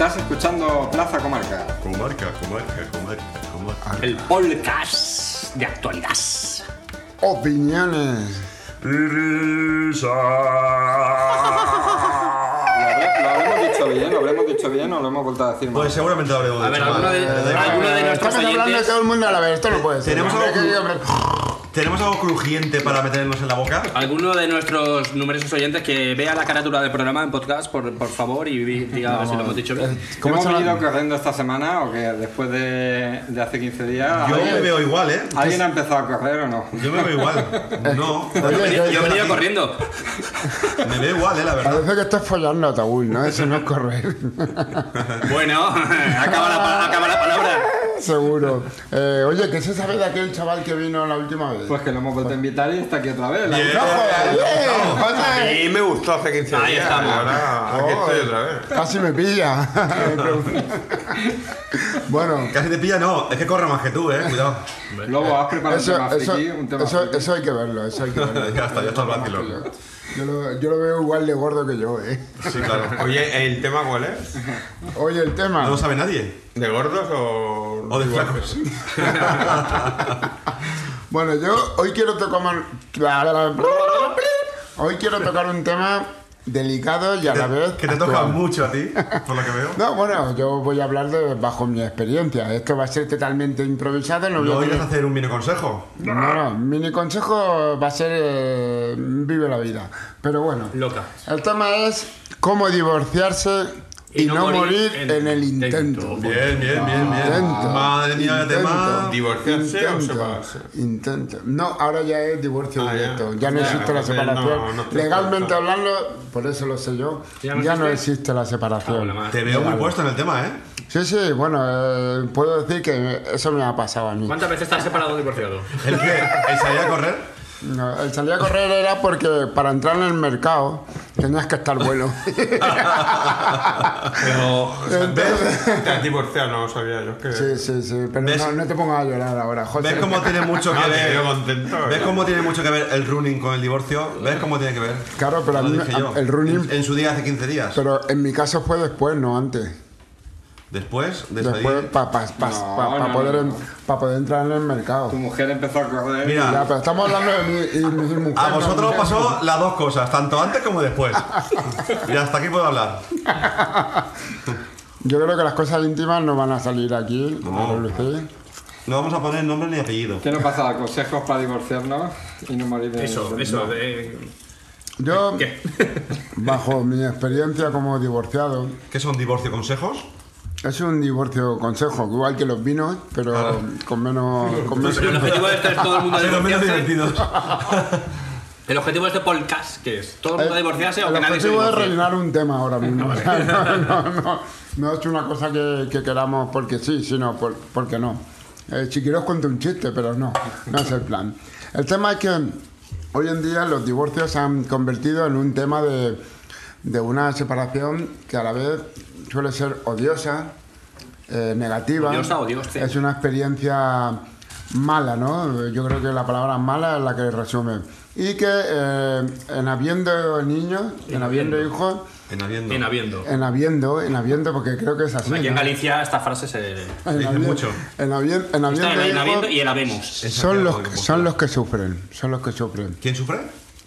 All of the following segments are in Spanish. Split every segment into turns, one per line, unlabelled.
escuchando Plaza Comarca.
Comarca, comarca, comarca, comarca.
El podcast de actualidad.
Opiniones.
¿Lo, habré- lo habremos dicho bien, lo habremos dicho bien o lo hemos vuelto a decir mal.
Pues seguramente lo habremos
A ver,
dicho
alguno
mal.
de,
Eh,
alguno de nuestros
Estamos hablando de
oyentes.
todo el mundo a la vez, esto no puede ser.
Tenemos
Hombre,
algo-
que hombre.
¿Tenemos algo crujiente para meternos en la boca?
Alguno de nuestros numerosos oyentes que vea la carátula del programa en podcast, por, por favor, y vi- diga a ver si lo hemos dicho bien.
Pues,
¿Cómo
¿Hemos
se
venido
llama?
corriendo esta semana o que después de, de hace 15 días?
Yo
¿alguien,
me veo igual, ¿eh?
alguien ha empezado a correr o no?
Yo me veo igual. No.
Oye,
Yo
yo-
he venido corriendo.
Me veo igual, ¿eh? La verdad.
Parece que estás follando a Taúl, ¿no? Eso no es correr.
Bueno, acaba la, pa- acaba la palabra.
Seguro. Eh, oye, ¿qué se sabe de aquel chaval que vino la última vez?
Pues que lo hemos vuelto a invitar y está aquí otra vez. La-
Bien.
¡No jodas! eh,
A
joder.
mí me gustó hace 15 días.
Ahí estamos.
Ahora, aquí estoy otra vez.
Casi me pilla. bueno,
Casi te pilla, no. Es que corre más que tú, ¿eh? Cuidado.
Lobo, has preparado
eso,
un tema
eso,
friki, un tema
eso,
friki.
eso hay que verlo, eso hay que verlo.
Ya está, ya está el vacilón.
Yo lo, yo lo veo igual de gordo que yo, ¿eh?
Sí, claro.
Oye, ¿el tema cuál es?
Oye, el tema.
No lo sabe nadie.
¿De gordos o.?
O de flacos.
Bueno, yo hoy quiero tocar. Hoy quiero tocar un tema delicado y a la vez.
Que te toca
actual.
mucho a ti, por lo que veo.
No, bueno, yo voy a hablar de, bajo mi experiencia. Esto va a ser totalmente improvisado. No, voy a
¿No irás
tener-
a hacer un mini consejo?
no, no, mi consejo va a ser eh, vive la vida. Pero bueno.
Loca.
El tema es cómo divorciarse y, no, morir, en, el intento.
Bien, bien, bien, bien.
Intento.
Madre mía, de tema.
Intento.
¿Divorciarse o
Intento,
separarse?
Intento. No, ahora ya es divorcio
Ah, ya.
directo. Ya, no
Ya,
existe la
entonces
separación.
no- no te-
Legalmente
no.
hablando, por eso lo sé yo,
¿Ya
ya
no
no,
existe?
existe la separación.
Ah, bueno,
Te veo muy puesto en el tema, ¿eh?
sí, sí, bueno, eh, puedo decir que eso me ha pasado a mí.
¿Cuántas veces estás separado o divorciado?
¿El que ¿El salir a correr?
No, el salir a correr era porque para entrar en el mercado tenías que estar bueno.
Pero.
Entonces-
¿Ves? Te has divorciado, no lo sabía yo. es Que...
sí, sí, sí, pero
¿Ves?
no, no te pongas a llorar ahora, José.
¿Ves cómo tiene mucho que
No, te veo
ver?
contento.
¿Ves cómo tiene mucho que ver el running con el divorcio? ¿Ves cómo tiene que ver?
Claro, pero a
Lo
mí-
dije
a-
yo.
el running-
En, en su día hace 15 días.
Pero en mi caso fue después, no antes.
Después de
Después,
salir-
para
No, no,
poder,
no,
en-
no.
pa poder entrar en el mercado.
Tu mujer empezó a correr.
Mira,
Ya, pero estamos hablando de mí y mi mujer.
A
no
vosotros os
mía.
pasó las dos cosas, tanto antes como después. Y hasta aquí puedo hablar.
Yo creo que las cosas íntimas no van a salir aquí. a relucir.
No vamos a poner nombre ni apellido.
¿Qué nos pasa? ¿Consejos para divorciarnos y no morir en el
Eso,
intento?
eso.
No.
eh,
Yo,
¿Qué?
bajo mi experiencia como divorciado,
¿Qué son divorcio consejos?
es un divorcio consejo, igual que los vinos, pero
Ah.
con menos. Con menos
El objetivo de esto es todo el mundo
Así los menos
divorciarse.
divertidos.
El objetivo de este podcast, que es todo el
El-
mundo divorciarse o que
Eh, el
nadie se
objetivo es
divorcie.
rellenar un tema ahora mismo. O sea, no, no, no, no es una cosa que, que queramos porque sí, sino por- porque no. Eh, si quiero os cuento un chiste, pero no, no es el plan. El tema es que hoy en día los divorcios se han convertido en un tema de, de una separación que a la vez suele ser odiosa, eh, negativa.
Odiosa, odiosa.
Es una experiencia mala, ¿no? Yo creo que la palabra mala es la que resume. Y que eh, en habiendo niños, en habiendo hijos,
En habiendo.
En habiendo.
en habiendo, en habiendo, porque creo que es así.
Aquí en
¿no?
Galicia esta frase se...
En
Dice
habien-
mucho.
En, habien- en
Está en el
habiendo
habiendo y
hijos
el habemos.
son los,
Santiago
pues,
de
son los que sufren, son los que sufren.
¿Quién sufre?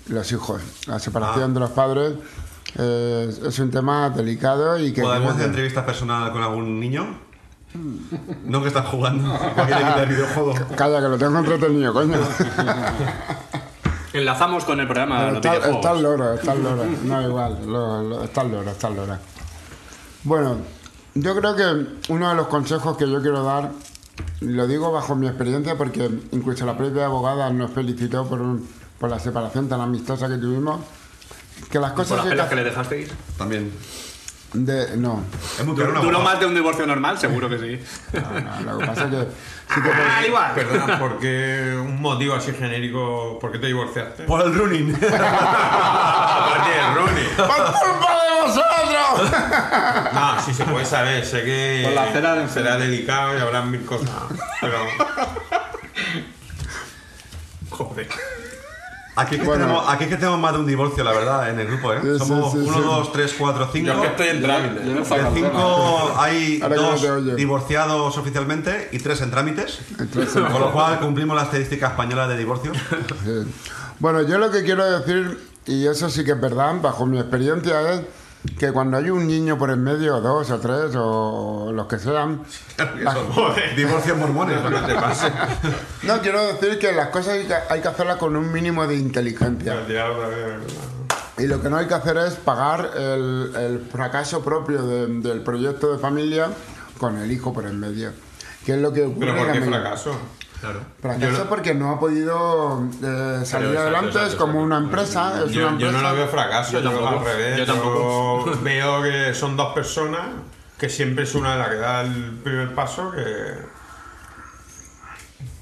Los hijos, la
Ah.
separación de los padres eh, es- es un tema delicado y que...
¿Podemos
creo que-
hacer entrevista personal con algún niño?
Hmm.
No que estás jugando. ¿Para qué le quita el videojuego?
Calla, que lo tengo entretenido, coño.
Enlazamos con el programa de Ah,
Pero eh,
los
está, está el
videojuegos.
loro, está el loro. No, igual, lo- lo- está el loro, está el loro. Bueno, yo creo que uno de los consejos que yo quiero dar, lo digo bajo mi experiencia porque incluso la propia abogada nos felicitó por, un- por la separación tan amistosa que tuvimos, que las
Con
cosas
las
que...
pelas que le dejasteis.
También.
de- no,
Es muy caro una
Duró
boda.
más de un divorcio normal, seguro que sí.
no, no, lo que pasa es que... sí que-
Ah, igual.
Perdona, ¿por qué un motivo así genérico? ¿Por qué te divorciaste?
Por el running.
Ah.
Aparte del Rooney.
¡Por culpa de vosotros!
No, sí se puede saber, sé que.
Por la cera de enfrente.
Será delicado y habrán mil cosas. Pero.
Joder.
Aquí es, que
Bueno.
tenemos, aquí es que tenemos más de un divorcio, la verdad, en el grupo, ¿eh?
Sí, sí,
Somos
sí,
1,
sí.
2, 3, 4, 5.
Yo es que estoy en
Yo
trámite.
no
De
falta el tema.
cinco hay
Ahora que no
dos
te oyen.
divorciados oficialmente y tres en trámites.
Entonces,
Con lo cual cumplimos la estadística española de divorcios.
Sí. Bueno, yo lo que quiero decir, y eso sí que es verdad, bajo mi experiencia, es que cuando hay un niño por en medio, o dos o tres, o los que sean,
divorcios mormones, lo que te pasa.
no, quiero decir que las cosas hay que, hay que hacerlas con un mínimo de inteligencia. Y lo que no hay que hacer es pagar el, el fracaso propio de- del proyecto de familia con el hijo por en medio. Que es lo que ocurre
Pero
en
¿por
la
qué
mayoría-
fracaso?
Claro.
Fracaso porque no ha podido eh, salir
Pero, exacto,
adelante, es
exacto,
como
exacto.
una empresa. es una
Yo, yo
empresa
no la veo fracaso, yo,
Yo
lo veo
tampoco.
al revés.
Yo tampoco.
veo que son dos personas que siempre es una la que da el primer paso que.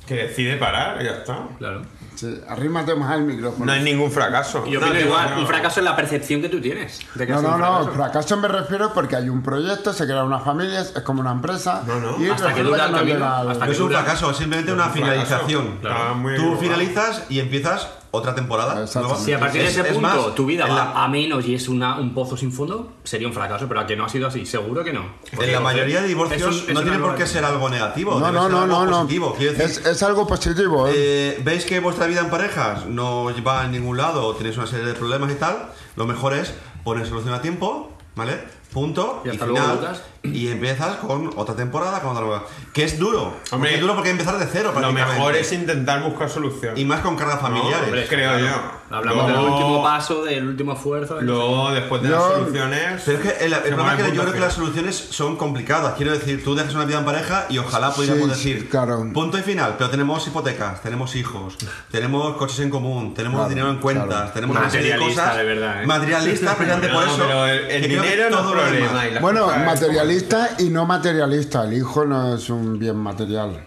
Que decide parar y ya está.
Claro.
Sí, arrímate más al micrófono.
No hay ningún fracaso.
Yo
No,
opino
digo,
igual,
no.
un fracaso es la percepción que tú tienes. De que
No,
ha sido
no,
un
no,
fracaso.
fracaso me refiero porque hay un proyecto, se crean unas familias, es como una empresa.
No, no,
y
hasta que
resulta
dura el
no
camino,
llega al-
hasta
No
que-
es un
Dura.
fracaso, es simplemente una
un fracaso,
finalización.
claro. Está muy
Tú
equivocado.
finalizas y empiezas otra temporada.
Exacto.
nueva.
Si a partir de
Es-
ese
es
punto
más,
tu vida
en
va
la-
a menos y es una, un pozo sin fondo, sería un fracaso, pero a que no ha sido así, seguro que no. Porque
En la
entonces,
mayoría de divorcios
es un- es
no
una
tiene por
nueva
qué ser algo negativo.
No,
debe
no,
ser
no,
algo
no, no.
positivo. Quiero decir,
Es, es algo positivo. ¿eh?
Eh, veis que vuestra vida en parejas no va a ningún lado, o tenéis una serie de problemas y tal, lo mejor es poner solución a tiempo, ¿vale? Punto.
Y hasta
final,
luego, Lucas.
y empiezas con otra temporada, con otra nueva. Que es duro.
Hombre,
es duro porque hay que empezar de cero.
Lo
prácticamente.
mejor es intentar buscar solución.
Y más con cargas familiares.
hombre.
creo yo.
Hablamos
Luego-
del último paso, del último esfuerzo. del-
Luego, después de las
Yo-
soluciones.
Pero es que el, el
se
problema
mueve
es que yo creo que
puntuación.
las soluciones son complicadas. Quiero decir, tú dejas una vida en pareja y ojalá pudiéramos
Sí, sí,
decir
claro.
punto y final. Pero tenemos hipotecas, tenemos hijos, tenemos coches en común, tenemos
Claro,
dinero en cuentas,
claro.
tenemos una serie de
Materialista,
cosas.
de verdad, ¿eh?
Materialista, precisamente por
No,
eso.
pero el, el
que creo que
dinero no es
todo lo
problema.
demás.
y las
bueno,
cosas-
materialista y no materialista. El hijo no es un bien material.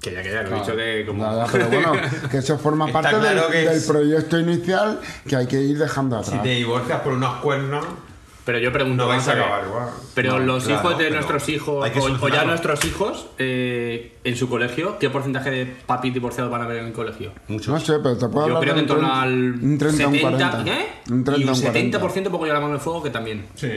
Que ya, que ya, lo he dicho que como...
Nada, pero bueno, que eso forma
Está
parte del,
claro que
del
es-
proyecto inicial que hay que ir dejando
Si
atrás.
te divorcias por unos cuernos,
Pero yo pregunto,
no vais
vamos
a
a ver,
acabar igual.
Pero los
claro,
hijos de
pero
nuestros hijos,
hay que
o- o, ya
solucionarlo.
nuestros hijos, eh, en su colegio, ¿qué porcentaje de papis divorciados van a ver en el colegio?
No sé, pero te puedo
Yo
hablar
creo
de
que en
un
torno
30,
al
un 30 un
70,
40.
¿eh?
Un 30
y un
40.
70% pongo yo la mano en el fuego que también.
Sí.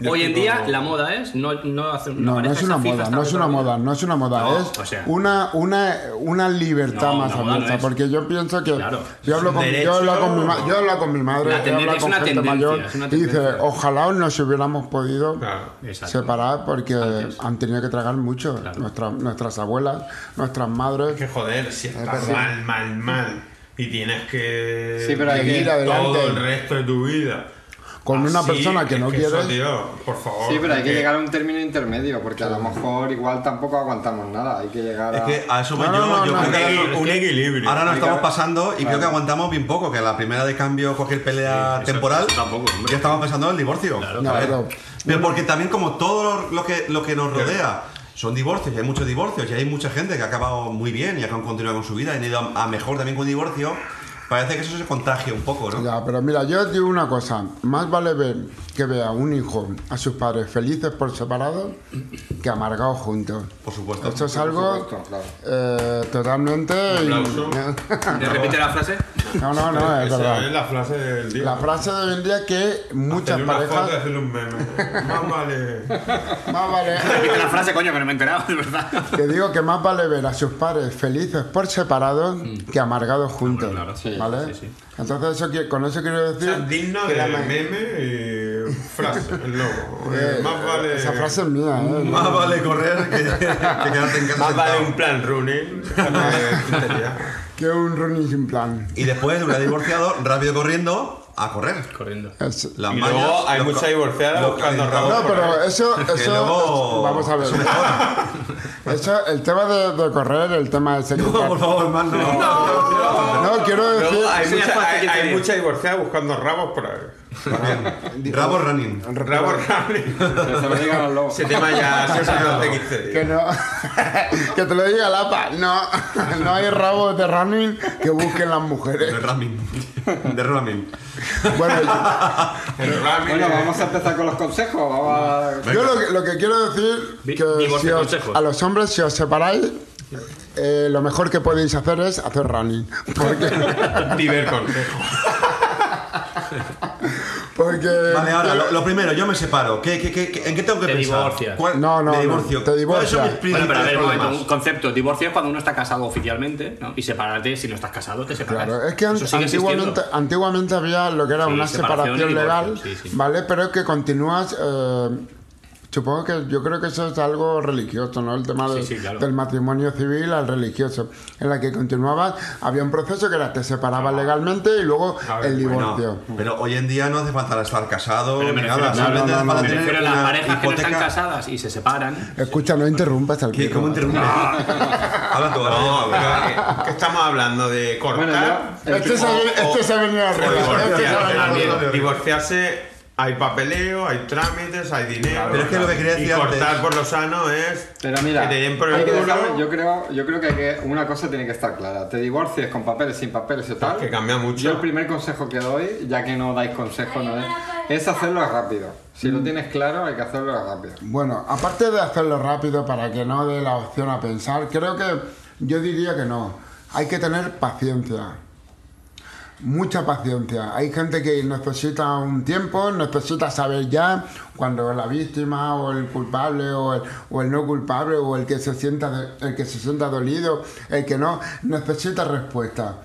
Yo
Hoy en
estoy
día
como-
la moda es no, no hacer una
No, no
pareja
es una
esa fija
moda, no
estable
es
toda
una
la vida.
moda, no es una moda,
No,
es
o sea.
una, una, una libertad
No,
más
una moda no
abierta,
es.
porque yo pienso que
Claro.
yo, hablo
un
con,
derecho.
yo, hablo con mi ma- yo hablo con mi madre,
La
yo
tendencia-
hablo
es
con
una
gente
tendencia,
mayor,
es una
y dice,
tendencia.
ojalá nos hubiéramos podido
Claro.
Exacto.
separar porque han tenido que tragar mucho,
Claro.
nuestras, nuestras abuelas, nuestras
Es que
madres,
joder, si estás
verdad.
mal, mal, mal. Y tienes que
Sí, pero hay que
vivir
ir
adelante.
todo el resto de tu vida.
con una
Así,
persona que
es
no
eso,
quieres,
tío, por favor.
Sí, pero hay que
porque-
llegar a un término intermedio, porque a lo mejor igual tampoco aguantamos nada. Hay que llegar
Es
a.
que a eso voy
No,
yo.
no,
yo creo
no,
que
Un equilibrio,
ahora-
un equilibrio.
Ahora nos
Hay que-
estamos pasando y creo que
Claro.
aguantamos bien poco. Que la primera de cambio, cualquier pelea
Sí, eso-
temporal,
eso tampoco, hombre.
ya estamos pensando en el divorcio.
No,
¿sabes?
claro.
Pero porque también, como todo lo, lo que, lo que nos rodea, son divorcios, y hay muchos divorcios, y hay mucha gente que ha acabado muy bien y ha continuado con su vida y han ido a, a mejor también con divorcio. Parece que eso se contagia un poco, ¿no?
Ya, pero mira, yo digo una cosa. Más vale ver que vea un hijo a sus padres felices por separado que amargados juntos.
Por supuesto.
Esto es
Por
algo
supuesto, claro.
eh, totalmente...
Un aplauso.
¿Te repite la frase?
No, no, no, es
Esa
verdad.
es la frase del día.
La frase de hoy en día es que muchas
Hacerle una foto y
parejas...
hacerle un meme. Más vale.
Más vale...
Repite la frase, coño, que no me he enterado, de verdad.
Que digo que más vale ver a sus padres felices por separado que amargados juntos.
Mm. Ah, claro, sí,
¿Vale?
sí, sí.
Entonces eso, qui- con eso quiero
O
decir...
sea, digno
que
de
la ma-
meme y frase. El logo. Eh,
eh,
más vale.
Esa frase es mía, ¿eh?
Más vale correr que, que quedarte en casa.
Más vale
sentado.
un plan running. que-
Que un running sin plan.
Y después de una divorciado, rápido corriendo, a correr.
Corriendo.
Es-
Las
y
mañas,
luego hay
los-
mucha divorciada
los
buscando
calentadores.
rabos.
No,
por
pero
ahí.
eso,
Que
eso
luego-
vamos a ver.
eso mejora.
Eso, el tema de, de correr, el tema ese que
Por favor, más no.
no quiero decir
Luego hay,
Eso ya fue
mucha,
hace
hay,
15
hay
días.
mucha divorciada buscando rabos por ahí.
Bien. Rabo running.
Rabos running.
Que se lo digan los lobos.
Ese tema ya se ha de 15 días.
que no, que te lo diga Lapa, no, no hay rabos de running que busquen las
De
mujeres.
running. De running.
Bueno, yo-
El ramen.
Bueno, vamos a empezar con los consejos. Vamos a.
yo, lo, que, lo que quiero decir
Di-
que
divorcio
si os-
consejos.
a los hombres si os separáis eh, lo mejor que podéis hacer es hacer running. Porque,
Tiber consejo.
porque
Vale,
Eh,
ahora, lo, lo primero, yo me separo. ¿Qué, qué, qué, qué- en qué tengo que
Te
pensar?
divorcias.
¿Cuál-
No, no,
me
no,
divorcio.
te
¿Cuáles son
divorcias.
mis
Bueno,
principales
pero a ver, un momento, un
problemas?
concepto. Divorcio es cuando uno está casado oficialmente, ¿no? Y separarte, si no estás casado, te separas.
Claro, es que an-
Eso sigue
antiguamente,
existiendo.
antiguamente había lo que era
Sí,
una
separación y
separación legal,
divorcio, sí, sí.
¿vale? Pero que continúas. eh, supongo que yo creo que eso es algo religioso, ¿no? El tema de-
Sí, sí, claro.
del matrimonio civil al religioso, en la que continuabas. Había un proceso que era te separabas legalmente y luego
A ver,
el
Bueno,
divorcio.
pero hoy en día no hace falta estar casado
Pero me
ni
refiero-
nada.
no,
Simplemente
no,
hace
no,
falta
no.
Me
tener
refiero a las
una
parejas que no están
hipoteca-
casadas y se separan.
Escucha, no interrumpas al
¿Qué?
pico.
¿Cómo interrumpe?
Ah.
Habla tú, ahora
No,
yo.
pero eh, que, que estamos hablando de
Bueno,
cortar.
yo-
Este se ha venido- este se ha venido
o
arriba. Este se ha venido
divorciarse.
arriba.
También, Divorciarse, hay papeleo, hay trámites, hay dinero.
Pero es que lo que quería decir
Y
antes-
cortar por lo sano es
Pero mira,
que te den por el
hay que
culo,
dejar- yo creo, yo creo que, hay que una cosa tiene que estar clara. Te divorcies con papeles, sin papeles y tal.
que cambia mucho.
Yo el primer consejo que doy, ya que no dais consejo, no dais- es hacerlo rápido. Si lo tienes claro, hay que hacerlo rápido.
Bueno, aparte de hacerlo rápido para que no dé la opción a pensar, creo que yo diría que no. Hay que tener paciencia. Mucha paciencia. Hay gente que necesita un tiempo, necesita saber ya cuando la víctima o el culpable o el, o el no culpable o el que se sienta de- el que se sienta dolido, el que no, necesita respuesta.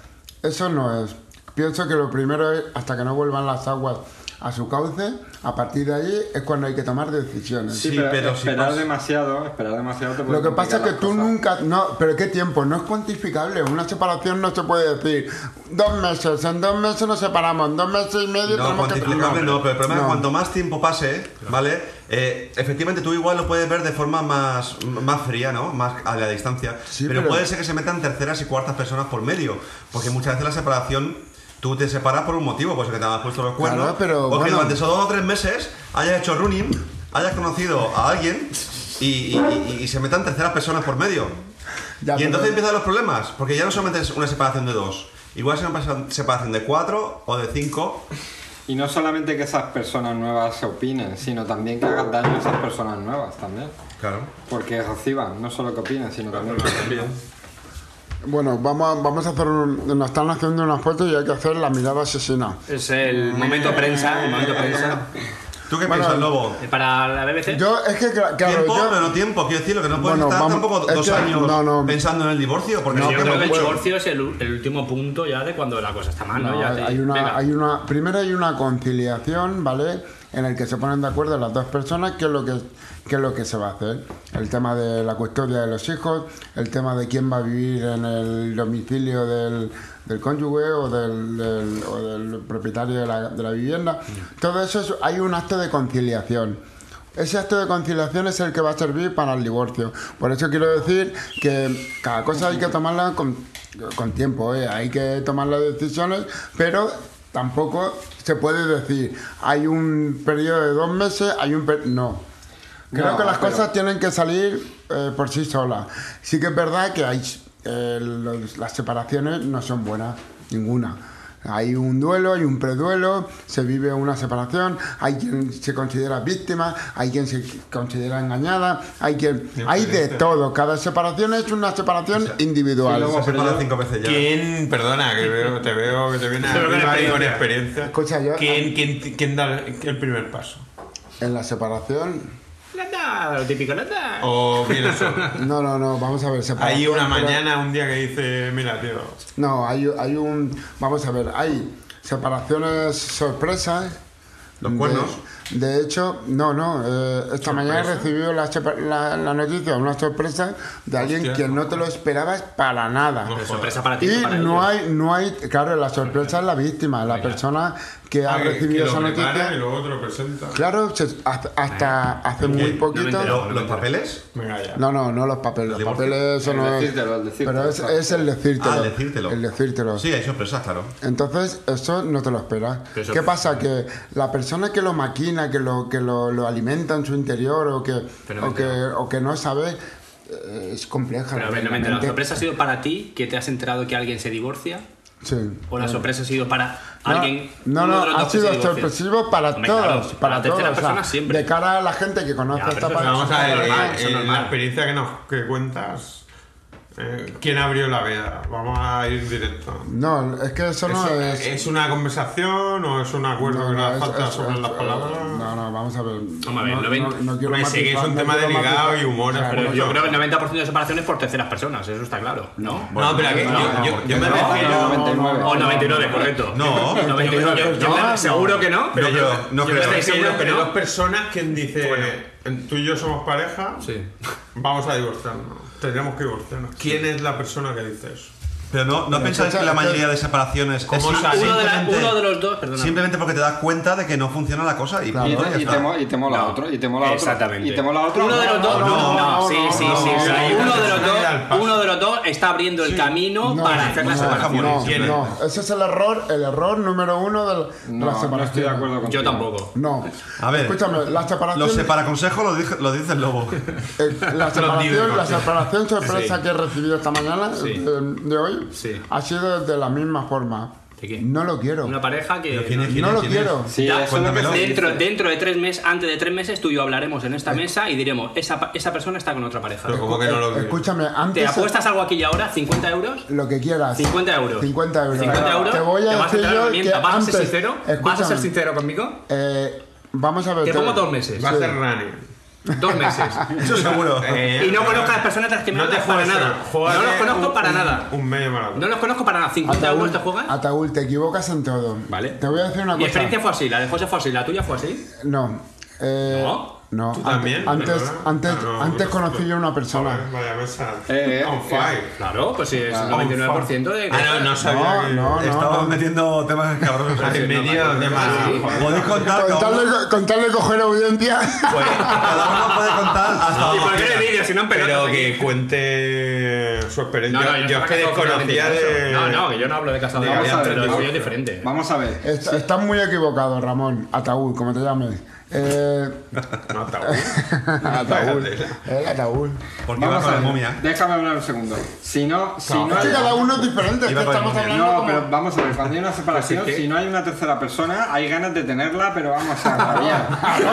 Eso no es. Pienso que lo primero es hasta que no vuelvan las aguas a su cauce, a partir de allí es cuando hay que tomar decisiones.
Sí, pero si
esperar
pasa-
demasiado, esperar demasiado te puede
Lo que pasa es que
complicar
tú
las cosas.
nunca... No, pero ¿qué tiempo? No es cuantificable. Una separación no se puede decir. Dos meses, en dos meses nos separamos, en dos meses y medio
No,
tenemos que...
cuantificable no, pero el problema es
No.
cuanto más tiempo pase, ¿vale? Eh, efectivamente tú igual lo puedes ver de forma más, más fría, ¿no? Más a la distancia.
Sí,
pero,
pero-
puede ser que se metan terceras y cuartas personas por medio, porque muchas veces la separación... Tú te separas por un motivo, pues que te has puesto los cuernos.
Claro, pero,
o que
bueno.
durante esos dos o tres meses hayas hecho running, hayas conocido a alguien y, y- y- y se metan terceras personas por medio.
Ya,
y
pero-
entonces empiezan los problemas, porque ya no solamente es una separación de dos, igual es una separación de cuatro o de cinco
Y no solamente que esas personas nuevas se opinen, sino también que hagas daño a esas personas nuevas también.
Claro.
Porque reciban, no solo que opinen, sino también que
Bueno, vamos a, vamos a hacer un- Nos están haciendo unas fotos y hay que hacer la mirada asesina.
Es el momento prensa, el
Eh,
momento prensa.
¿Tú qué piensas, Lobo?
Eh, Para la BBC.
Yo, es que, cla- claro,
Tiempo,
yo...
pero no tiempo. Quiero decir, lo que no puedes
Bueno,
estar
vamos,
tampoco
es
dos
que-
años
no, no.
pensando en el divorcio. Porque
No,
si
yo
no,
creo
no
que el
puedo.
divorcio es el, u- el último punto ya de cuando la cosa está mal, ¿no?
No,
Ya
hay,
te-
hay una,
venga.
hay una, primero hay una conciliación, ¿vale? En el que se ponen de acuerdo las dos personas qué es lo que qué es lo que se va a hacer. El tema de la custodia de los hijos, el tema de quién va a vivir en el domicilio del, del cónyuge o del, del- o del propietario de la, de la vivienda.
Mm.
Todo eso es- hay un acto de conciliación. Ese acto de conciliación es el que va a servir para el divorcio. Por eso quiero decir que cada cosa hay que tomarla con, con tiempo, ¿eh? hay que tomar las decisiones, pero tampoco se puede decir hay un periodo de dos meses, hay un... per- No. Creo
No,
que las
pero-
cosas tienen que salir eh, por sí solas. Sí que es verdad que hay, eh, los- las separaciones no son buenas, ninguna. Hay un duelo, hay un preduelo, se vive una separación, hay quien se considera víctima, hay quien se considera engañada, hay quien... Hay de todo, cada separación es una separación
y
individual.
luego-
Se separa
Pero yo-
cinco veces ya.
¿Quién, perdona, que veo- te veo que te viene
Pero con
arriba ahí con
experiencia.
experiencia?
Escucha, yo-
¿Quién, quién, quién da el primer paso?
En la separación...
La da, lo típico, la da.
Oh,
¿O quiénes son?
No, no, no, vamos a ver, separación...
Hay una
pero-
mañana, un día que dice, mira, tío,
No, hay, hay un. Vamos a ver, hay separaciones sorpresas.
Los cuernos.
De, de hecho, no, no. eh, esta mañana he recibido la, sepa- la- la noticia, una sorpresa de alguien
Hostia,
que no te lo esperabas para nada.
Pero sorpresa para ti,
Y
no para
no
ellos.
hay, no hay, claro, la sorpresa es la víctima, la persona que ha
ah, que- que
recibido esa
lo prepara y
noticia.
luego otro presenta.
Claro, se- hasta, hasta hace muy
no me
poquito.
enteré.
Pero, ¿Los papeles?
Venga ya.
No, no, no los papeles. Los
divorcio?
papeles eso
El
no es-
decírtelo, el decírtelo,
Pero es,
claro.
es el decírtelo.
Ah, el decírtelo.
El decírtelo.
Sí, hay sorpresas, claro.
Entonces, eso no te lo esperas.
Pero eso-
¿Qué pasa? Que la persona que lo maquina, que lo, que lo, lo alimenta en su interior o que,
Pero no
o que, o que no sabe, eh, es compleja.
Pero a ver, no me he enterado. ¿La
lógicamente.
sorpresa ha sido para ti que te has enterado que alguien se divorcia?
Sí.
¿O la sorpresa ha sido para
No,
alguien?
No,
uno
no,
de los
ha
dos que se
sido
divorcia?
sorpresivo para
Hombre,
todos.
claro,
para
para la tercera
todos, o sea,
persona siempre.
De cara a la gente que conoce
Ya, pero
esta
eso
Pero
parte-
vamos a ver,
Eso es normal,
eh,
eso es
eh,
normal.
la experiencia que nos que cuentas Eh, ¿Quién abrió la veda? Vamos a ir directo.
No, es que eso no
¿Es,
es.
es una conversación o es un acuerdo
no,
que
no,
nos
es-
falta
es-
sobre
es-
las palabras?
No, no, vamos a ver.
Vamos a ver,
no,
lo ven-
Hombre, sé que es
matizar,
un
no
tema
quiero
delicado
matizar.
y humor,
Claro,
pero
Pero yo creo que el 90% de separación es por terceras personas, eso está claro, ¿no?
no, pero aquí-
no,
yo,
no,
yo-
porque
yo me
no,
refiero.
no, 99.
O 99, correcto.
No,
99, yo- yo me- seguro que no.
Pero
pero
yo-
yo-
no
yo
creo.
estoy
Estoy seguro
seguro
que
que
dos
no.
personas quien dice
Bueno.
"En- tú y yo somos pareja,
Sí.
vamos a divorciarnos. Tendremos que divorciarnos. ¿Quién es la persona que dice eso?
Pero no, no pensáis que la mayoría de separaciones es
¿Cómo
sim-
sabes?
Uno de, la-
simplemente-
uno de los dos, perdona.
Simplemente porque te das cuenta de que no funciona la cosa y,
Claro.
punto,
Y
ya
Y
está.
te, mo- y te mola
No.
otro, y te mola otro.
Exactamente.
Y te mola otro.
Uno de los dos.
no,
No,
no,
sí,
no,
sí,
no,
sí.
no,
sí.
no,
uno,
no,
de los
no, no, no,
dos,
no,
uno de los dos está abriendo el camino
No,
para hacer la
no,
separación.
separación.
no,
¿Quién es?
no, ese es el error, el error número uno de la, de la
No,
separación.
no estoy de acuerdo contigo.
Yo tampoco.
No.
A ver.
Escúchame, la separación.
Los separaconsejos lo, dije- lo dice el lobo.
Eh, la, separación,
libros.
la separación sorpresa que he recibido esta mañana
Sí.
eh, de, hoy
Sí.
ha sido de la misma forma.
¿De qué?
No lo quiero.
Una pareja que.
Pero ¿quién es?
no lo
quién es?
quiero.
Sí,
Ya,
eso es lo que
cuéntamelo.
se
Dentro,
dice.
dentro de tres meses, antes de tres meses, tú y yo hablaremos en esta mesa y diremos, esa, pa- esa persona está con otra pareja.
Pero como que no lo quiero.
Escúchame,
¿Te
antes
apuestas algo aquí y ahora? ¿50 euros?
lo que quieras.
50 euros.
50 euros.
50 euros.
Te voy a
¿Te vas
decir
dar
yo
herramienta?
que
¿Vas a
antes-
ser sincero? ¿Vas a ser
escúchame,
sincero conmigo?
eh, vamos a ver.
Te pongo dos meses.
Va a ser Rani.
Dos meses.
Eso seguro.
Eh,
Y no conozco a las personas a las que me
No te
hablas para
juegues
nada.
eso.
No
Juégate
los conozco
un-
para
un-
nada.
Un medio maratón.
No los conozco para nada. ¿50 euros te juegas?
Ataúd, te equivocas en todo.
Vale.
Te voy a decir una
Mi
cosa.
experiencia fue así, la de José fue así, la tuya fue así.
No. eh,
¿No?
no.
¿Tú
Ante-
también?
Antes,
¿Perdona?
antes,
Ah, no,
antes
no,
conocí
no.
yo a una
Joder,
persona.
Vaya mesa.
Eh, eh,
On fire.
Claro, pues sí, es el
On
99% de.
fire. Ah, no, no sabía
No,
que...
no,
Estamos metiendo temas cabrones.
Ah, en medio de más.
Sí.
Podéis contar. cada
Contarle,
uno-
contarle coger audiencia.
pues, cada uno puede contar hasta
¿Y
donde
por qué
quiera.
le dices si no en pelotas?
Pero que cuente su experiencia.
No, no,
yo,
yo
es que desconocía de.
No, no, que yo no hablo de casado de
Vamos a
Gabriel,
ver,
pero
vamos-
soy es diferente.
Vamos a ver.
Est- Estás muy equivocado, Ramón. Ataúd, como te llames. Eh,
No, está bueno.
Ataúd.
el ataúd.
Porque va
Vamos
con
a
la
ver,
momia.
Déjame hablar un segundo. Si no, si
No,
no,
Es
hay-
que cada uno es diferente. Es
Iba
que
con el
estamos
móvil.
hablando.
No,
como- Pues
pero vamos a ver, cuando hay una separación, si no hay una tercera persona, hay ganas de tenerla, pero vamos a agraviar.
Ah,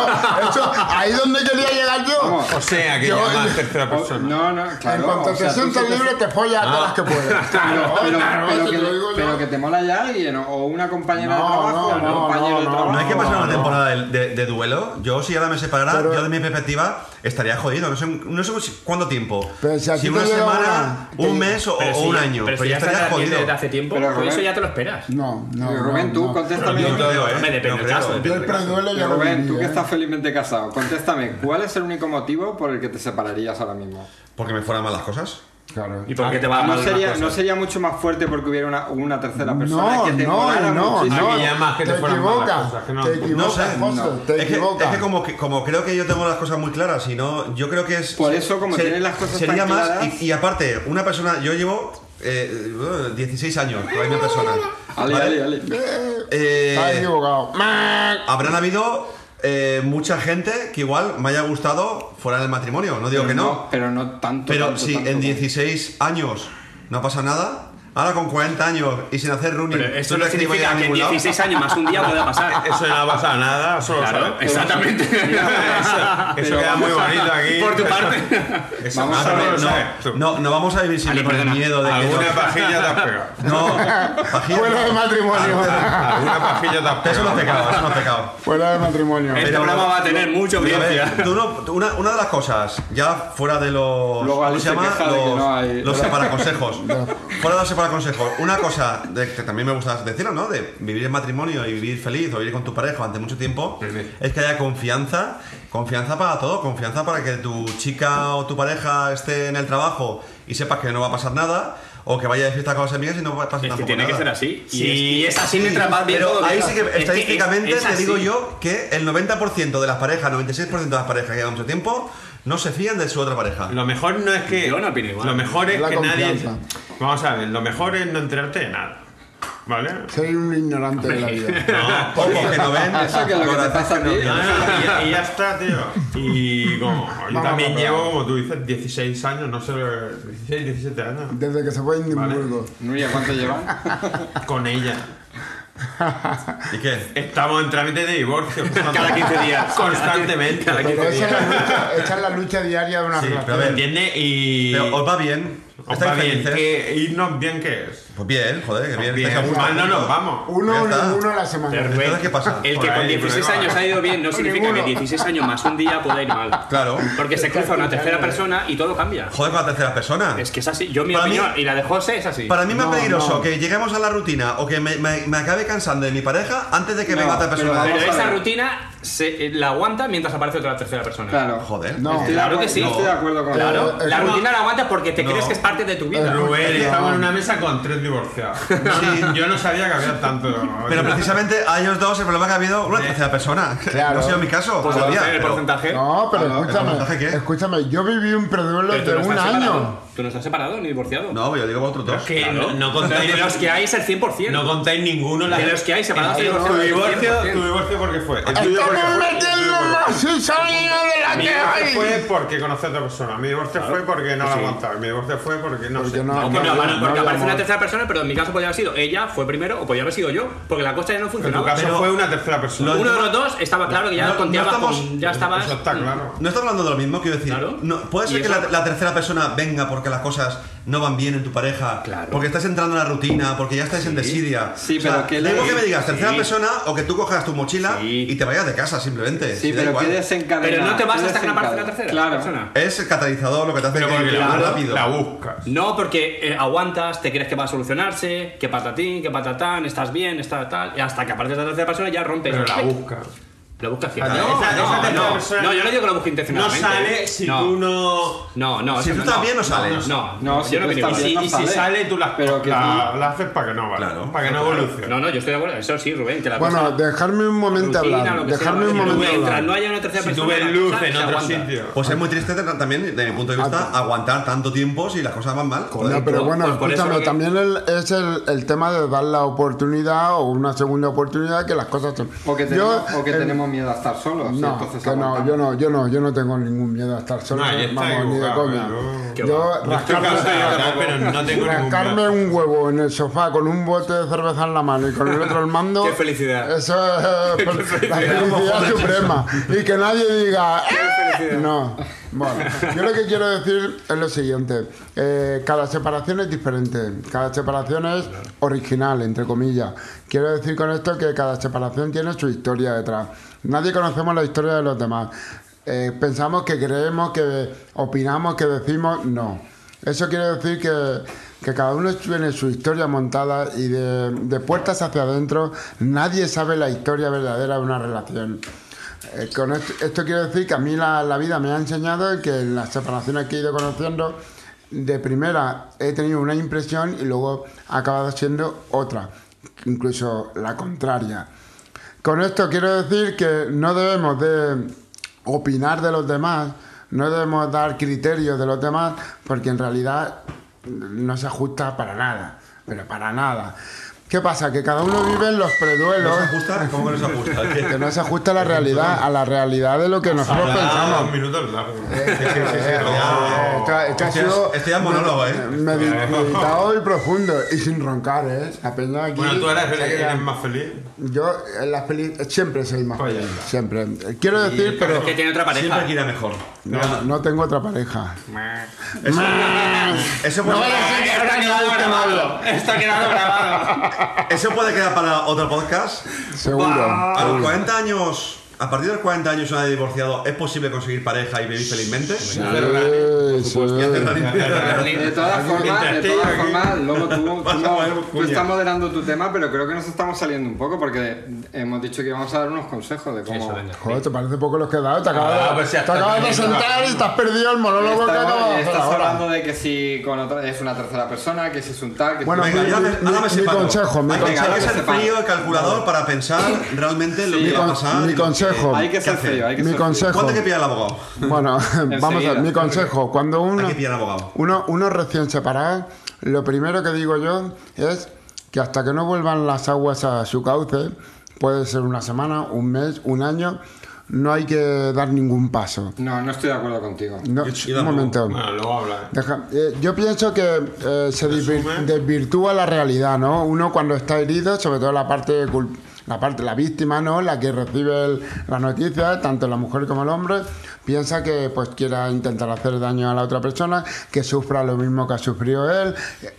no, eso, ahí es donde quería llegar yo.
Vamos.
O sea, que
Yo-
llama a la tercera
O-
persona.
No, no, claro.
en cuanto
o sea,
te
tú
sientas
si te-
libre, te follas a todas las que puedas.
Claro, pero,
claro,
pero
eso
que,
te lo digo yo.
pero que te mola ya alguien, o- o una compañera
No,
de trabajo,
no,
o un
no,
compañero de
no,
trabajo.
No hay que pasar
No,
una
no.
temporada de, de- de duelo. Yo, si ahora me separara,
Pero-
yo de mi perspectiva estaría jodido. No sé, no sé si- cuánto tiempo.
Pero si a ti te
una
llega
semana,
una-
un mes o,
Pero
o
si-
un año. Pero,
Pero si
ya
ya
estaría
estás
jodido.
desde hace tiempo,
Pero,
pues eso
Rubén-
ya te lo esperas.
No, no. no,
Rubén, tú
no.
contéstame.
Yo creo, ¿eh?
Hombre, depende
Yo
del
creo,
caso,
¿eh?
Yo el preduelo ya lo
Rubén,
viví,
tú que
¿eh?
estás felizmente casado, contéstame, ¿cuál es el único motivo por el que te separarías ahora mismo?
Porque me fueran mal las cosas.
Claro.
¿Y por qué te va a
Ah, no
mal una
sería,
cosa?
no sería mucho más fuerte porque hubiera una, una tercera persona
No,
que te
no,
molara
no,
muchísimo?
Aquí ya
no.
más que
Te
te fueran malas
equivocas.
cosas, que no-
Te
No
equivocas,
sé.
José,
no.
Te
es que,
equivocas.
es que como, que- como creo que yo tengo las cosas muy claras, y no, yo creo que es.
Por eso, como tienes las cosas
Sería
tan
más.
claras-
Y, y aparte, una persona. Yo llevo eh, eh, 16 años con la misma persona.
Ale,
¿vale?
ale, ale.
Eh,
Estás equivocado.
Habrán habido eh, mucha gente que igual me haya gustado fuera del matrimonio, no digo
Pero
que no.
Pero no tanto.
Pero
tanto,
si
tanto,
en
tanto.
16 años no pasa nada, ahora con 40 años y sin hacer running,
Pero esto
tú
no
crees que voy a
significa que en
ningún lado?
16 años más un día pueda pasar.
Eso no ha pasado nada, solo
Claro, Ah,
sabes.
exactamente.
Eso, eso queda muy bonito aquí.
Por tu parte.
Eso,
Vamos
vamos
a
No,
a
ver,
lo
no,
sabes tú.
No, no vamos a vivir sin
Ale, perdona.
miedo de que no-
Alguna pajilla te has pegado.
no. pajilla-
Fuera de matrimonio.
Ah,
Alguna pajilla te has
Eso no
pegado.
es pecado, eso no es pecado.
Fuera de matrimonio.
Este programa va a tener mucha
Pero a ver,
audiencia.
tú no- tú una, una de las cosas, ya fuera de los.
Luego
¿Cómo
Alex
se llama?
se queja de que
Los,
no hay-
los separaconsejos. fuera de los separaconsejos. Una cosa de- que también me gusta decirlo, ¿no? De vivir en matrimonio y vivir feliz o vivir con tu pareja durante mucho tiempo, es que haya confianza. Confianza para todo. Confianza para que tu chica o tu pareja esté en el trabajo y sepas que no va a pasar nada. O que vaya de fiesta con las amigas y no va a pasar
Es que
tampoco
tiene que
nada.
ser así. Y
Sí,
es- y es así mientras vas viendo.
Pero
todo
ahí
eso.
sí que
Es es-
estadísticamente
es
te digo
así.
yo que el 90% de las parejas, 96% de las parejas que llevan mucho tiempo, no se fían de su otra pareja.
Lo mejor no es que.
Yo no opino igual.
Lo mejor es
La
que
confianza.
nadie. Vamos a ver, lo mejor es no enterarte de nada. ¿Vale?
Soy un ignorante de la vida.
No,
Pocos que no ven,
Eso que es lo que te
corazones
pasa a
no
ti.
ven.
No, no, y, ya- y ya está, tío. Y como yo
Vamos,
también
vamos.
llevo, como tú dices, 16 años, no sé, 16, 17 años
Desde que se fue a Edimburgo.
Nuria, ¿cuánto llevan?
con ella.
¿Y qué?
Estamos en trámite de divorcio.
Cada 15 días.
Constantemente.
Cada
Pero
15
esa
días.
es, la lucha, esa es la lucha diaria de una
Sí, pero a
relación.
ver,
¿Entiendes? Y.
Pero os va bien.
Compa,
¿Estáis
bien,
felices?
¿qué, irnos bien qué es.
Pues bien, joder, que bien.
Bien,
estáis a gusto.
mal no nos vamos.
Uno,
Ya está.
uno a la semana.
Perfecto.
Entonces, ¿qué pasa?
El
Por
que con
ahí,
16
por ahí va.
años ha ido bien no significa que
ninguno.
16 años más un día pueda ir mal.
Claro.
Porque se cruza una tercera persona y todo cambia.
Joder con la tercera persona.
Es que es así. Yo mi
Para mí-
opinión y la de José es así.
Para mí es más
No,
peligroso
no.
que lleguemos a la rutina o que me, me- me acabe cansando de mi pareja antes de que
No,
venga otra
pero
persona.
Pero
Vamos a
esa
ver.
rutina se, eh, la aguanta mientras aparece otra tercera persona.
Claro.
Joder.
No.
Estoy de
Claro que
acuerdo-
sí.
Estoy de acuerdo con
Claro,
Eh,
la
eh,
rutina la aguantas porque te
no.
crees que es parte de tu vida.
Eh,
Rubén,
No.
estamos en una mesa con tres divorciados. Yo no sabía que había tanto.
Pero precisamente a ellos dos el problema que ha habido
Eh,
una tercera persona.
Claro.
No ha sido mi caso.
Pues
todavía,
entonces el
pero-
porcentaje.
No, pero
Ah, no, ¿el porcentaje
escúchame,
qué?
escúchame, yo viví un preduelo
Pero tú
de
no
un
estás
año.
separado. Tú no estás separado ni divorciado.
No, yo digo vosotros dos.
Que no,
Claro.
no
de
contáis,
los que hay es el 100%.
no contáis ninguno la
de los que hay separados y
El-
Tu
divorciados.
divorcio,
100%.
tu divorcio por qué fue. El tuyo por qué
Estamos
fue.
metiendo más cizaña de la
Mi
que
divorcio
hay.
fue porque conocí a otra persona. Mi divorcio fue porque no la aguantaba. Mi divorcio fue porque Pues no sé.
Porque
No,
no-
no,
no,
bueno,
no,
porque
no,
aparece
no.
una tercera persona, pero en mi caso podría haber sido ella, fue primero, o podría haber sido yo, porque la cosa ya no
En tu
funcionaba.
caso
pero-
fue una tercera persona.
Uno de los dos estaba claro que ya
No, no
conteaba
estamos-
con- ya estabas.
Eso está claro.
No estás hablando de lo mismo, quiero decir.
Claro.
No, puede
Y
ser que
eso-
la, la tercera persona venga porque las cosas no van bien en tu pareja,
Claro.
porque estás entrando en la rutina, porque ya estás en desidia.
Sí,
O sea,
pero que le-
da igual que me digas tercera
sí.
persona o que tú cojas tu mochila
Sí.
y te vayas de casa simplemente.
Sí,
da
pero
igual.
que desencadena.
Pero no te vas
¿qué
hasta que aparezca la tercera
desencadena?
persona.
Es el catalizador lo que te hace
Pero
que
porque
ir
la,
más
bu-
rápido.
la buscas.
No, porque eh, aguantas, te crees que va a solucionarse, que patatín, que patatán, estás bien, estás tal, y hasta que aparece la tercera persona ya rompes.
Pero la buscas.
La buscas
Ah,
siempre.
no, esa- esa tercera persona-
no, yo no digo que lo busque
No
intencionalmente.
¿eh?
sale si
no,
tú no.
No, no,
Si
eso
tú estás bien, no sales.
No, no,
No, si
yo no
tú
opino
estás
igual.
bien,
Y,
no
y si
sale.
sale, tú las
Pero que
La, la haces para que no vaya.
Claro.
Para que no evolucione.
No, no, yo estoy de acuerdo, eso sí, Rubén, que la
Bueno,
cosa-
dejarme un momento
rutina,
hablar.
lo que sea,
Dejarme un
si tú
momento
ves- Mientras no
hablar.
haya una tercera
Si tú
persona.
ves
la
luz
cosa
en
se
otro
aguanta.
sitio.
Pues es muy triste t- también, desde mi punto de vista,
Ah,
aguantar tanto tiempo si las cosas van mal. joder.
No, pero bueno,
Pues por eso
escúchame,
que-
también el- es el, el tema de dar la oportunidad o una segunda oportunidad que las cosas son.
O que,
Yo,
tenemos, o que
eh,
tenemos miedo a estar solos. y
No,
entonces
que no,
aguantamos.
yo no, yo no, yo no tengo ningún miedo a estar solo,
No, ya está
vamos, ni de
equivocado,
coña.
yo-
Qué
Yo
Yo estoy
rascarme-
cansado, ¿verdad? pero no tengo ningún
Rascarme
miedo.
un huevo en el sofá con un bote de cerveza en la mano y con el otro al mando.
Qué felicidad.
Eso es eh, la felicidad suprema. Y que nadie diga. "¡Eh!". No. Bueno, yo lo que quiero decir es lo siguiente: Eh, cada separación es diferente, cada separación es original, entre comillas. Quiero decir con esto que cada separación tiene su historia detrás. Nadie conocemos la historia de los demás. Eh, pensamos que creemos, que opinamos, que decimos, no. Eso quiere decir que, que cada uno tiene su historia montada y de, de puertas hacia adentro nadie sabe la historia verdadera de una relación. Eh, con esto, esto quiere decir que a mí la, la vida me ha enseñado que en las separaciones que he ido conociendo, de primera he tenido una impresión y luego ha acabado siendo otra, incluso la contraria. Con esto quiero decir que no debemos de opinar de los demás, no debemos dar criterios de los demás, porque en realidad no se ajusta para nada, pero para nada. ¿Qué pasa? Que cada uno vive en los
¿No
preduelos,
se ajusta? ¿Cómo que no se ajusta?
que no se ajusta a la realidad, a la realidad de lo que nosotros
Ah,
pensamos.
dos minutos largos. eh,
Eh,
No.
esto- esto ha
Estoy-
sido
estoy a monólogo, ¿eh?
medi- meditado y profundo y sin roncar, ¿eh? La peña aquí-
Bueno, tú eres el que eres más feliz.
Yo en las peli siempre soy más
Pues ya
feliz,
está.
siempre. Quiero decir, pero
Es que tiene otra
Siempre
pareja.
que irá mejor.
No, no tengo otra pareja.
Eso, eso puede,
Está quedado grabado. Está quedado grabado.
eso puede quedar para otro podcast.
Seguro.
A los 40 años, a partir de los 40 años, una vez divorciado, ¿es posible conseguir pareja y vivir felizmente?
Sí,
Y hacer
sí.
radio.
De todas formas, de
Mientras
todas
esté aquí.
formas, luego tú,
Vas
tú,
a
no-
poner
tú
cuña.
estás moderando tu tema, pero creo que nos estamos saliendo un poco porque hemos dicho que íbamos a dar unos consejos de cómo.
Joder, te parece poco los que he dado. Te acabas,
Ah,
de-
pues ya
te
está
acabas de
bien,
sentar y te has perdido el monólogo que
Estamos-
acabas de hacer
estás
ahora.
hablando de que si con otra, es una tercera persona, que si es un tal, que
Bueno,
si
Venga,
mi-
ya me,
mi-
ahora me
mi
separo.
consejo, mi
Hay que-
consejo.
Hay que ser
Separo.
frío y calculador para pensar realmente lo que
mi
va a
con-
pasar.
mi
y lo que-
consejo.
hay que ser
¿Qué hacer?
frío, hay que
Mi
ser frío.
consejo.
¿Cuánto hay que pillar el abogado?
Bueno, vamos a ver, mi consejo. Cuando uno,
Hay que pillar al abogado.
uno, uno recién separado, lo primero que digo yo es que hasta que no vuelvan las aguas a su cauce, puede ser una semana, un mes, un año, no hay que dar ningún paso.
No, no estoy de acuerdo contigo.
No,
Yo- yo
un momento.
Bueno, luego habla. ¿eh?
Deja- eh, yo pienso que eh, se desvir-
Resume.
desvirtúa la realidad, ¿no? Uno cuando está herido, sobre todo la parte cul- la parte, la víctima, ¿no? La que recibe el- la noticia, tanto la mujer como el hombre, piensa que pues quiera intentar hacer daño a la otra persona, que sufra lo mismo que ha sufrido él,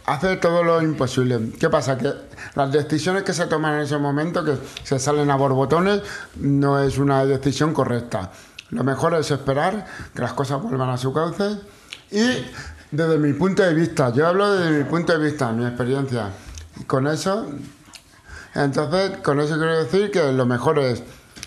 hace todo lo imposible. ¿Qué pasa? Que las decisiones que se toman en ese momento, que se salen a borbotones, no es una decisión correcta. Lo mejor es esperar que las cosas vuelvan a su cauce y desde mi punto de vista, yo hablo desde mi punto de vista, mi experiencia. Con eso, entonces, con eso quiero decir que lo mejor es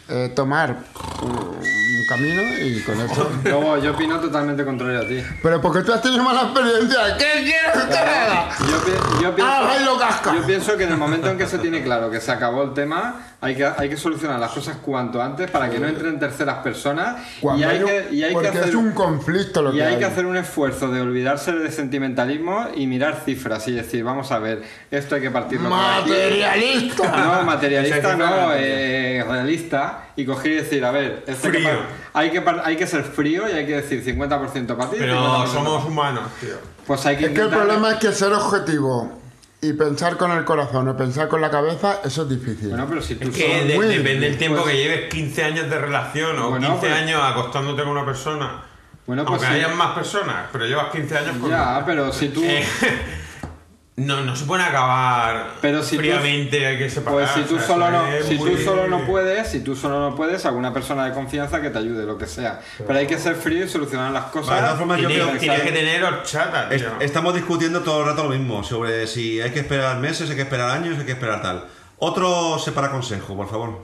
eh, tomar un un camino y con eso.
Luego, yo opino totalmente contrario a ti.
Pero porque tú has tenido mala experiencia, ¿qué quieres que haga?
Yo, pi- yo pienso,
Ah, ahí lo casca.
yo pienso que en el momento en que se tiene claro que se acabó el tema, hay que, hay que solucionar las cosas cuanto antes para que no entren terceras personas. Y
Cuando
hay,
hay un-
que, y hay que
porque
hacer
es un conflicto lo
Y
que
hay
hay.
que hacer un esfuerzo de olvidarse de sentimentalismo y mirar cifras y decir, vamos a ver, esto hay que partirlo por aquí.
Materialista.
No,
Esa
materialista
es la
no,
realidad.
eh, realista. Y coger y decir, a ver, esto hay que
Frío.
par- hay, que par- hay que ser frío y hay que decir 50% para ti.
Pero
50%
somos humanos, tío.
Pues hay que
Es que el
intentar-
problema es que ser objetivo y pensar con el corazón o pensar con la cabeza, eso es difícil.
Bueno, pero si tú
Es que
solo-
de-
muy
depende del
difíciles.
tiempo que lleves 15 años de relación o
Bueno,
15
pues-
años acostándote con una persona.
Bueno, pues
Aunque
sí.
hayan más personas, pero llevas 15 años con
Ya, pero si tú...
Eh, no, no se puede acabar
Pero si tú-
fríamente, hay que separar.
Pues si
o
tú
sea,
solo
eso
no,
es
si
muy-
tú solo no puedes, si tú solo no puedes, alguna persona de confianza que te ayude, lo que sea. Pero hay que ser frío y solucionar las cosas.
Vale, de todas formas, yo
Tienes,
creo-
tienes que tener horchata,
Est-
tío.
Estamos discutiendo todo el rato lo mismo, sobre si hay que esperar meses, hay que esperar años, hay que esperar tal. Otro separa consejo, por favor.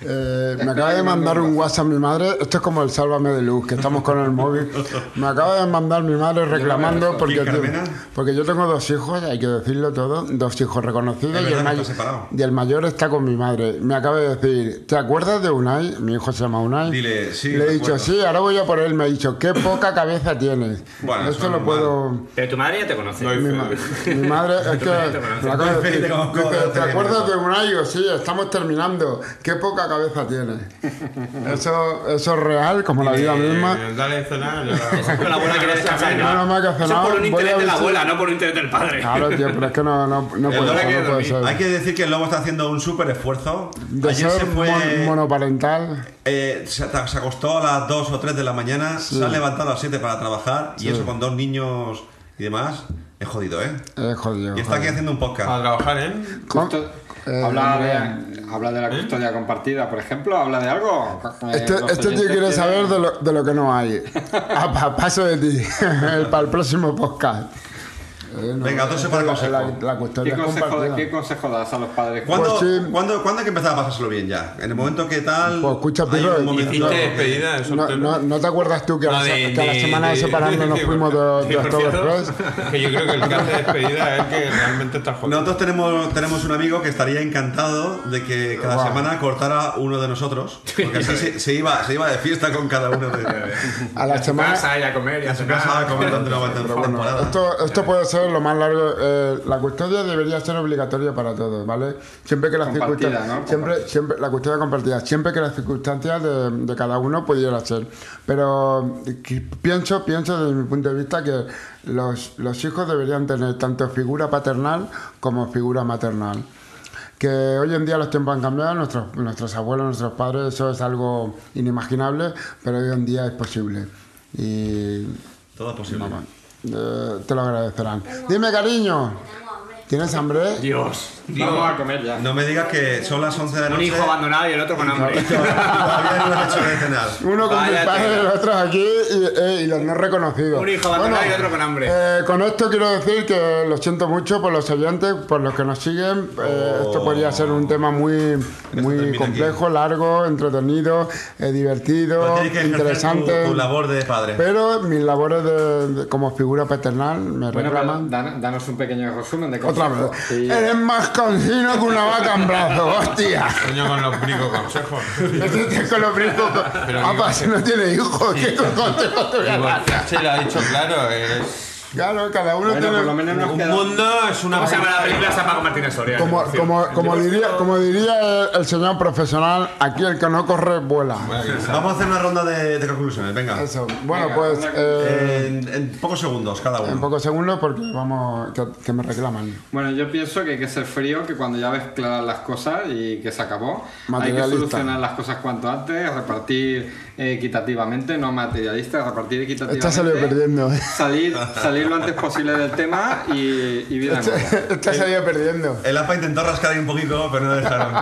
Eh, me acaba de mandar un WhatsApp mi madre. Esto es como el sálvame de luz, que estamos con el móvil. Me acaba de mandar mi madre reclamando porque,
¿Y Carmena?
porque yo tengo dos hijos, hay que decirlo todo, dos hijos reconocidos
Es
y, el
verdad que
may-
está separado.
y el mayor está con mi madre. Me acaba de decir, ¿te acuerdas de Unai? Mi hijo se llama Unai.
Dile, sí,
Le he
me
dicho,
acuerdo.
sí, ahora voy a por él. Me ha dicho, qué poca cabeza tienes.
Bueno, eso
Esto
es
lo
normal.
puedo...
Pero tu madre ya te conoce.
Doy
Mi,
fe.
ma- mi madre es que me la acabo de decir.
Te conozco
Dice,
desde
¿Te
hace
acuerdas de
tiempo".
un año? Sí, estamos terminando. Qué poca cabeza tiene. Eso, eso es real, como la vida
Eh,
misma.
Dale de cenar.
Pero la abuela quiere descansar.
No, no me ha que
Eso
cenar,
por un
voy
interés
a
de la
ver si-
abuela, no por un interés del padre.
Claro, tío, pero es que no, no, no puede
Lola
ser.
quiere
No puede ser.
Hay que decir que el lobo está haciendo un súper esfuerzo.
De
Ayer se
ser
fue.
mon- monoparental.
eh, se, at- se acostó a las 2 o 3 de la mañana, se ha levantado a las 7 para trabajar y eso con dos niños y demás es jodido, ¿eh?
Eh, jodido.
Y está aquí
jodido.
haciendo un
A
podcast.
trabajar en.
Con-
Esto-
eh,
habla,
Andrea.
de, habla
¿eh?
de la custodia compartida, por ejemplo, habla de algo. Eh,
Este,
los
este tío
oyentes
quiere
tienen-
saber de lo, de lo que no hay. A, pa- paso de ti. para el próximo podcast. Eh, no,
Venga, otro
esta
separa
es la,
consejo.
la- la custodia
¿Qué consejo,
compartida.
qué consejo das a los padres.
¿Cuándo,
Pues sí.
¿cuándo, ¿Cuándo hay que empezar a pasárselo bien ya? En el momento que tal.
Pues escucha,
hay
Pedro,
un momento-
Hiciste despedida de
No,
soltero.
no, ¿no te acuerdas tú que, a, la,
No,
se-
de-
que a la
de-
semana
de-
separando nos
de-
fuimos de, de
por cierto,
Oktoberfest?
Que yo creo que el que hace despedida es el que realmente está jodido.
Nosotros tenemos, tenemos un amigo que estaría encantado de que cada
Guau.
semana cortara uno de nosotros. Porque así se, se iba, se iba de fiesta con cada uno de
A la semana.
a comer y
a su casa a comer durante la temporada.
Esto, esto puede ser lo más largo. eh, la custodia debería ser obligatoria para todos, ¿vale? Siempre que las
Compartida,
circunstancias.
¿no?
Siempre, siempre, la custodia compartida. Siempre que las circunstancias de, de cada uno pudieran ser. Pero que- pienso, pienso desde mi punto de vista que los, los hijos deberían tener tanto figura paternal como figura maternal. que hoy en día los tiempos han cambiado, nuestros, nuestros abuelos, nuestros padres, eso es algo inimaginable, pero hoy en día es posible. Y
Todo es posible.
mamá, eh, te lo agradecerán. Dime, cariño, ¿tienes hambre?
Dios.
Vamos a comer ya.
No me digas que son las 11 de la
Un
noche.
hijo abandonado y el otro con hambre.
Todavía no he hecho de cenar.
Uno con mis
Vaya
padres,
tela.
los otros aquí y, eh, y los no reconocidos.
Un hijo abandonado y otro con hambre.
eh, con esto quiero decir que lo siento mucho por los oyentes, por los que nos siguen. Eh,
Oh.
Esto podría ser un tema muy, muy
termina
complejo, largo, entretenido, eh, divertido,
Pero Pues tienes que ejercer
interesante.
Tu, tu labor de padre.
Pero mis labores de- de- como figura paternal me
Bueno, pero
reclaman.
dan- danos un pequeño resumen de
Otra
consejo.
vez. Eh,
Sí.
Eres más cansino que una vaca en brazo, hostia.
Coño con los bricos consejos.
Este tío con los brincos.
Pero
Ah, Papá, si no tiene hijos, ¿qué consejo te voy a dar?
Se lo ha dicho claro, es
Claro, cada uno
Bueno,
tiene.
por lo menos nos
Un
queda...
mundo es una.
¿Cómo se llama la película? Se llama Martínez Soriano.
Como,
por cierto.
como, como
El de-
diría, como diría el, el señor profesional, aquí el que no corre vuela.
Vamos a hacer una ronda de, de conclusiones, venga.
Eso. Bueno,
Venga,
pues
una-
eh,
En, en pocos segundos cada
en
uno.
pocos segundos porque vamos que, que me reclaman.
Bueno, yo pienso que hay que ser frío, que cuando ya ves claras las cosas y que se acabó, hay que
Materialista.
solucionar las cosas cuanto antes, repartir eh, equitativamente, no materialista, repartir equitativamente.
Esta salió perdiendo.
Salir, salir lo antes posible del tema y, y
Este-
vida en bola.
Esta salió perdiendo.
El APA intentó rascar ahí un poquito, pero no dejaron.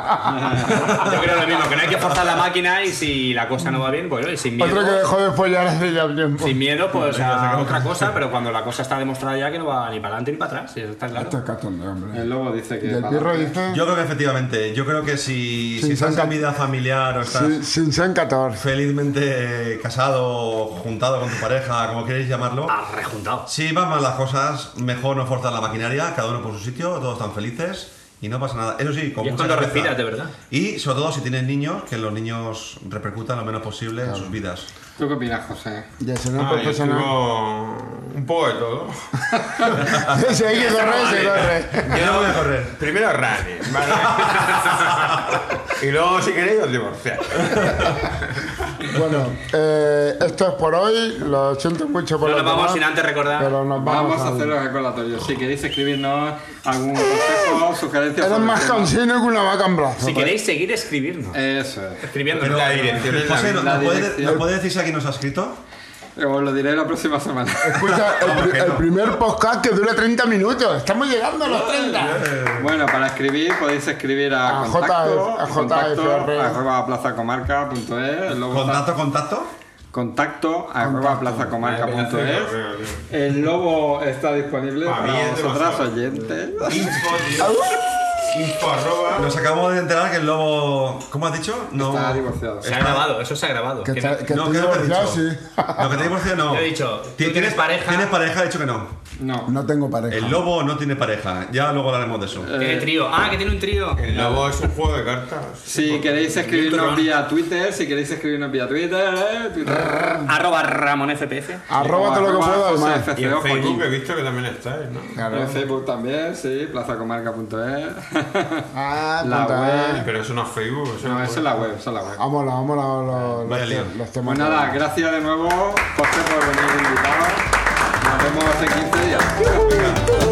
Yo creo lo mismo, que no hay que forzar la máquina y si la cosa no va bien, bueno, y sin miedo.
Otro que dejó de follar hace ya tiempo.
Sin miedo, pues a otra cosa, pero cuando la cosa está demostrada ya que no va ni para adelante ni para atrás, si eso está claro.
Esto es cartón de hombre.
El lobo dice que.
Y el
para-
pirro dice
Yo creo que efectivamente, yo creo que si,
Sí,
si estás
son-
en vida familiar o estás
sin, sin ser 14.
felizmente eh, casado, juntado con tu pareja, como queréis llamarlo,
Ah, rejuntado.
si van mal las cosas, mejor no forzar la maquinaria, cada uno por su sitio, todos están felices y no pasa nada. Eso sí, con
Y es
mucha
cuando
cabeza.
respiras, de verdad.
Y sobre todo si tienes niños, que los niños repercutan lo menos posible en sus vidas.
¿Tú qué opinas, José?
Y el señor
Ah, yo
profesional.
tengo un poco de todo.
Si hay que correr, se corre.
Yo no voy a correr.
Primero running, ¿vale? y luego, si queréis, os divorciáis.
Bueno, eh, esto es por hoy. Lo siento mucho por
No nos
los
vamos
demás,
sin antes recordar.
Pero nos vamos,
Vamos a
al-
hacer los recordatorios. Si queréis escribirnos algún consejo, sugerencias.
Eres
sobre
más
el tema.
cansino que una vaca en brazos.
Si queréis seguir escribirnos.
Eso es.
Escribiendo. Pues
La dirección es la
José, ¿nos
misma.
la
puede-
dirección.
¿nos puede decir si alguien nos ha escrito?
Os lo diré la próxima semana.
Escucha, el, pri- el primer podcast que dura 30 minutos. Estamos llegando a los 30.
Eh,
Bueno, para escribir podéis escribir a,
A
contacto,
J- a
contacto
JFR.
arroba plazacomarca.es, luego está
¿Contacto, contacto?
contacto arroba plazacomarca.es. El lobo está disponible
Para mí
para
es
vosotras
demasiado.
oyentes.
Info, tío. Info arroba.
Nos acabamos de enterar que el lobo. ¿Cómo has dicho? No.
Está divorciado.
Se ha grabado, eso se ha grabado.
Que
Que
está-
no-
que
no,
te
¿qué es lo que has
divorciado,
dicho?
sí.
Lo que te he divorciado no.
Yo he dicho, ¿tú
Ti-
tienes pareja?
Tienes pareja, he dicho que no.
No.
No tengo pareja.
El lobo no tiene pareja. Ya luego hablaremos de eso.
Tiene trío. Ah, que tiene un trío.
El lobo es un juego de cartas.
Si queréis escribirnos vía Twitter, si queréis escribirnos vía Twitter, eh, Twitter. eh,
Arroba Ramón FPF.
Arróbate lo que
Arroba
puedas,
José
más.
Y en
FCO Joaquín.
Facebook he visto que también estáis, ¿no?
En Facebook también, sí, plazacomarca.es.
Ah,
La
punta,
web.
eh.
Pero eso no es Facebook. Eso
No,
es
esa es la web, esa es la web.
Vámonos, vámonos los,
Vaya
los,
lío.
los temas.
Pues nada, gracias de nuevo, José, por venir invitado. Nos vemos en 15 días. Venga.
Pues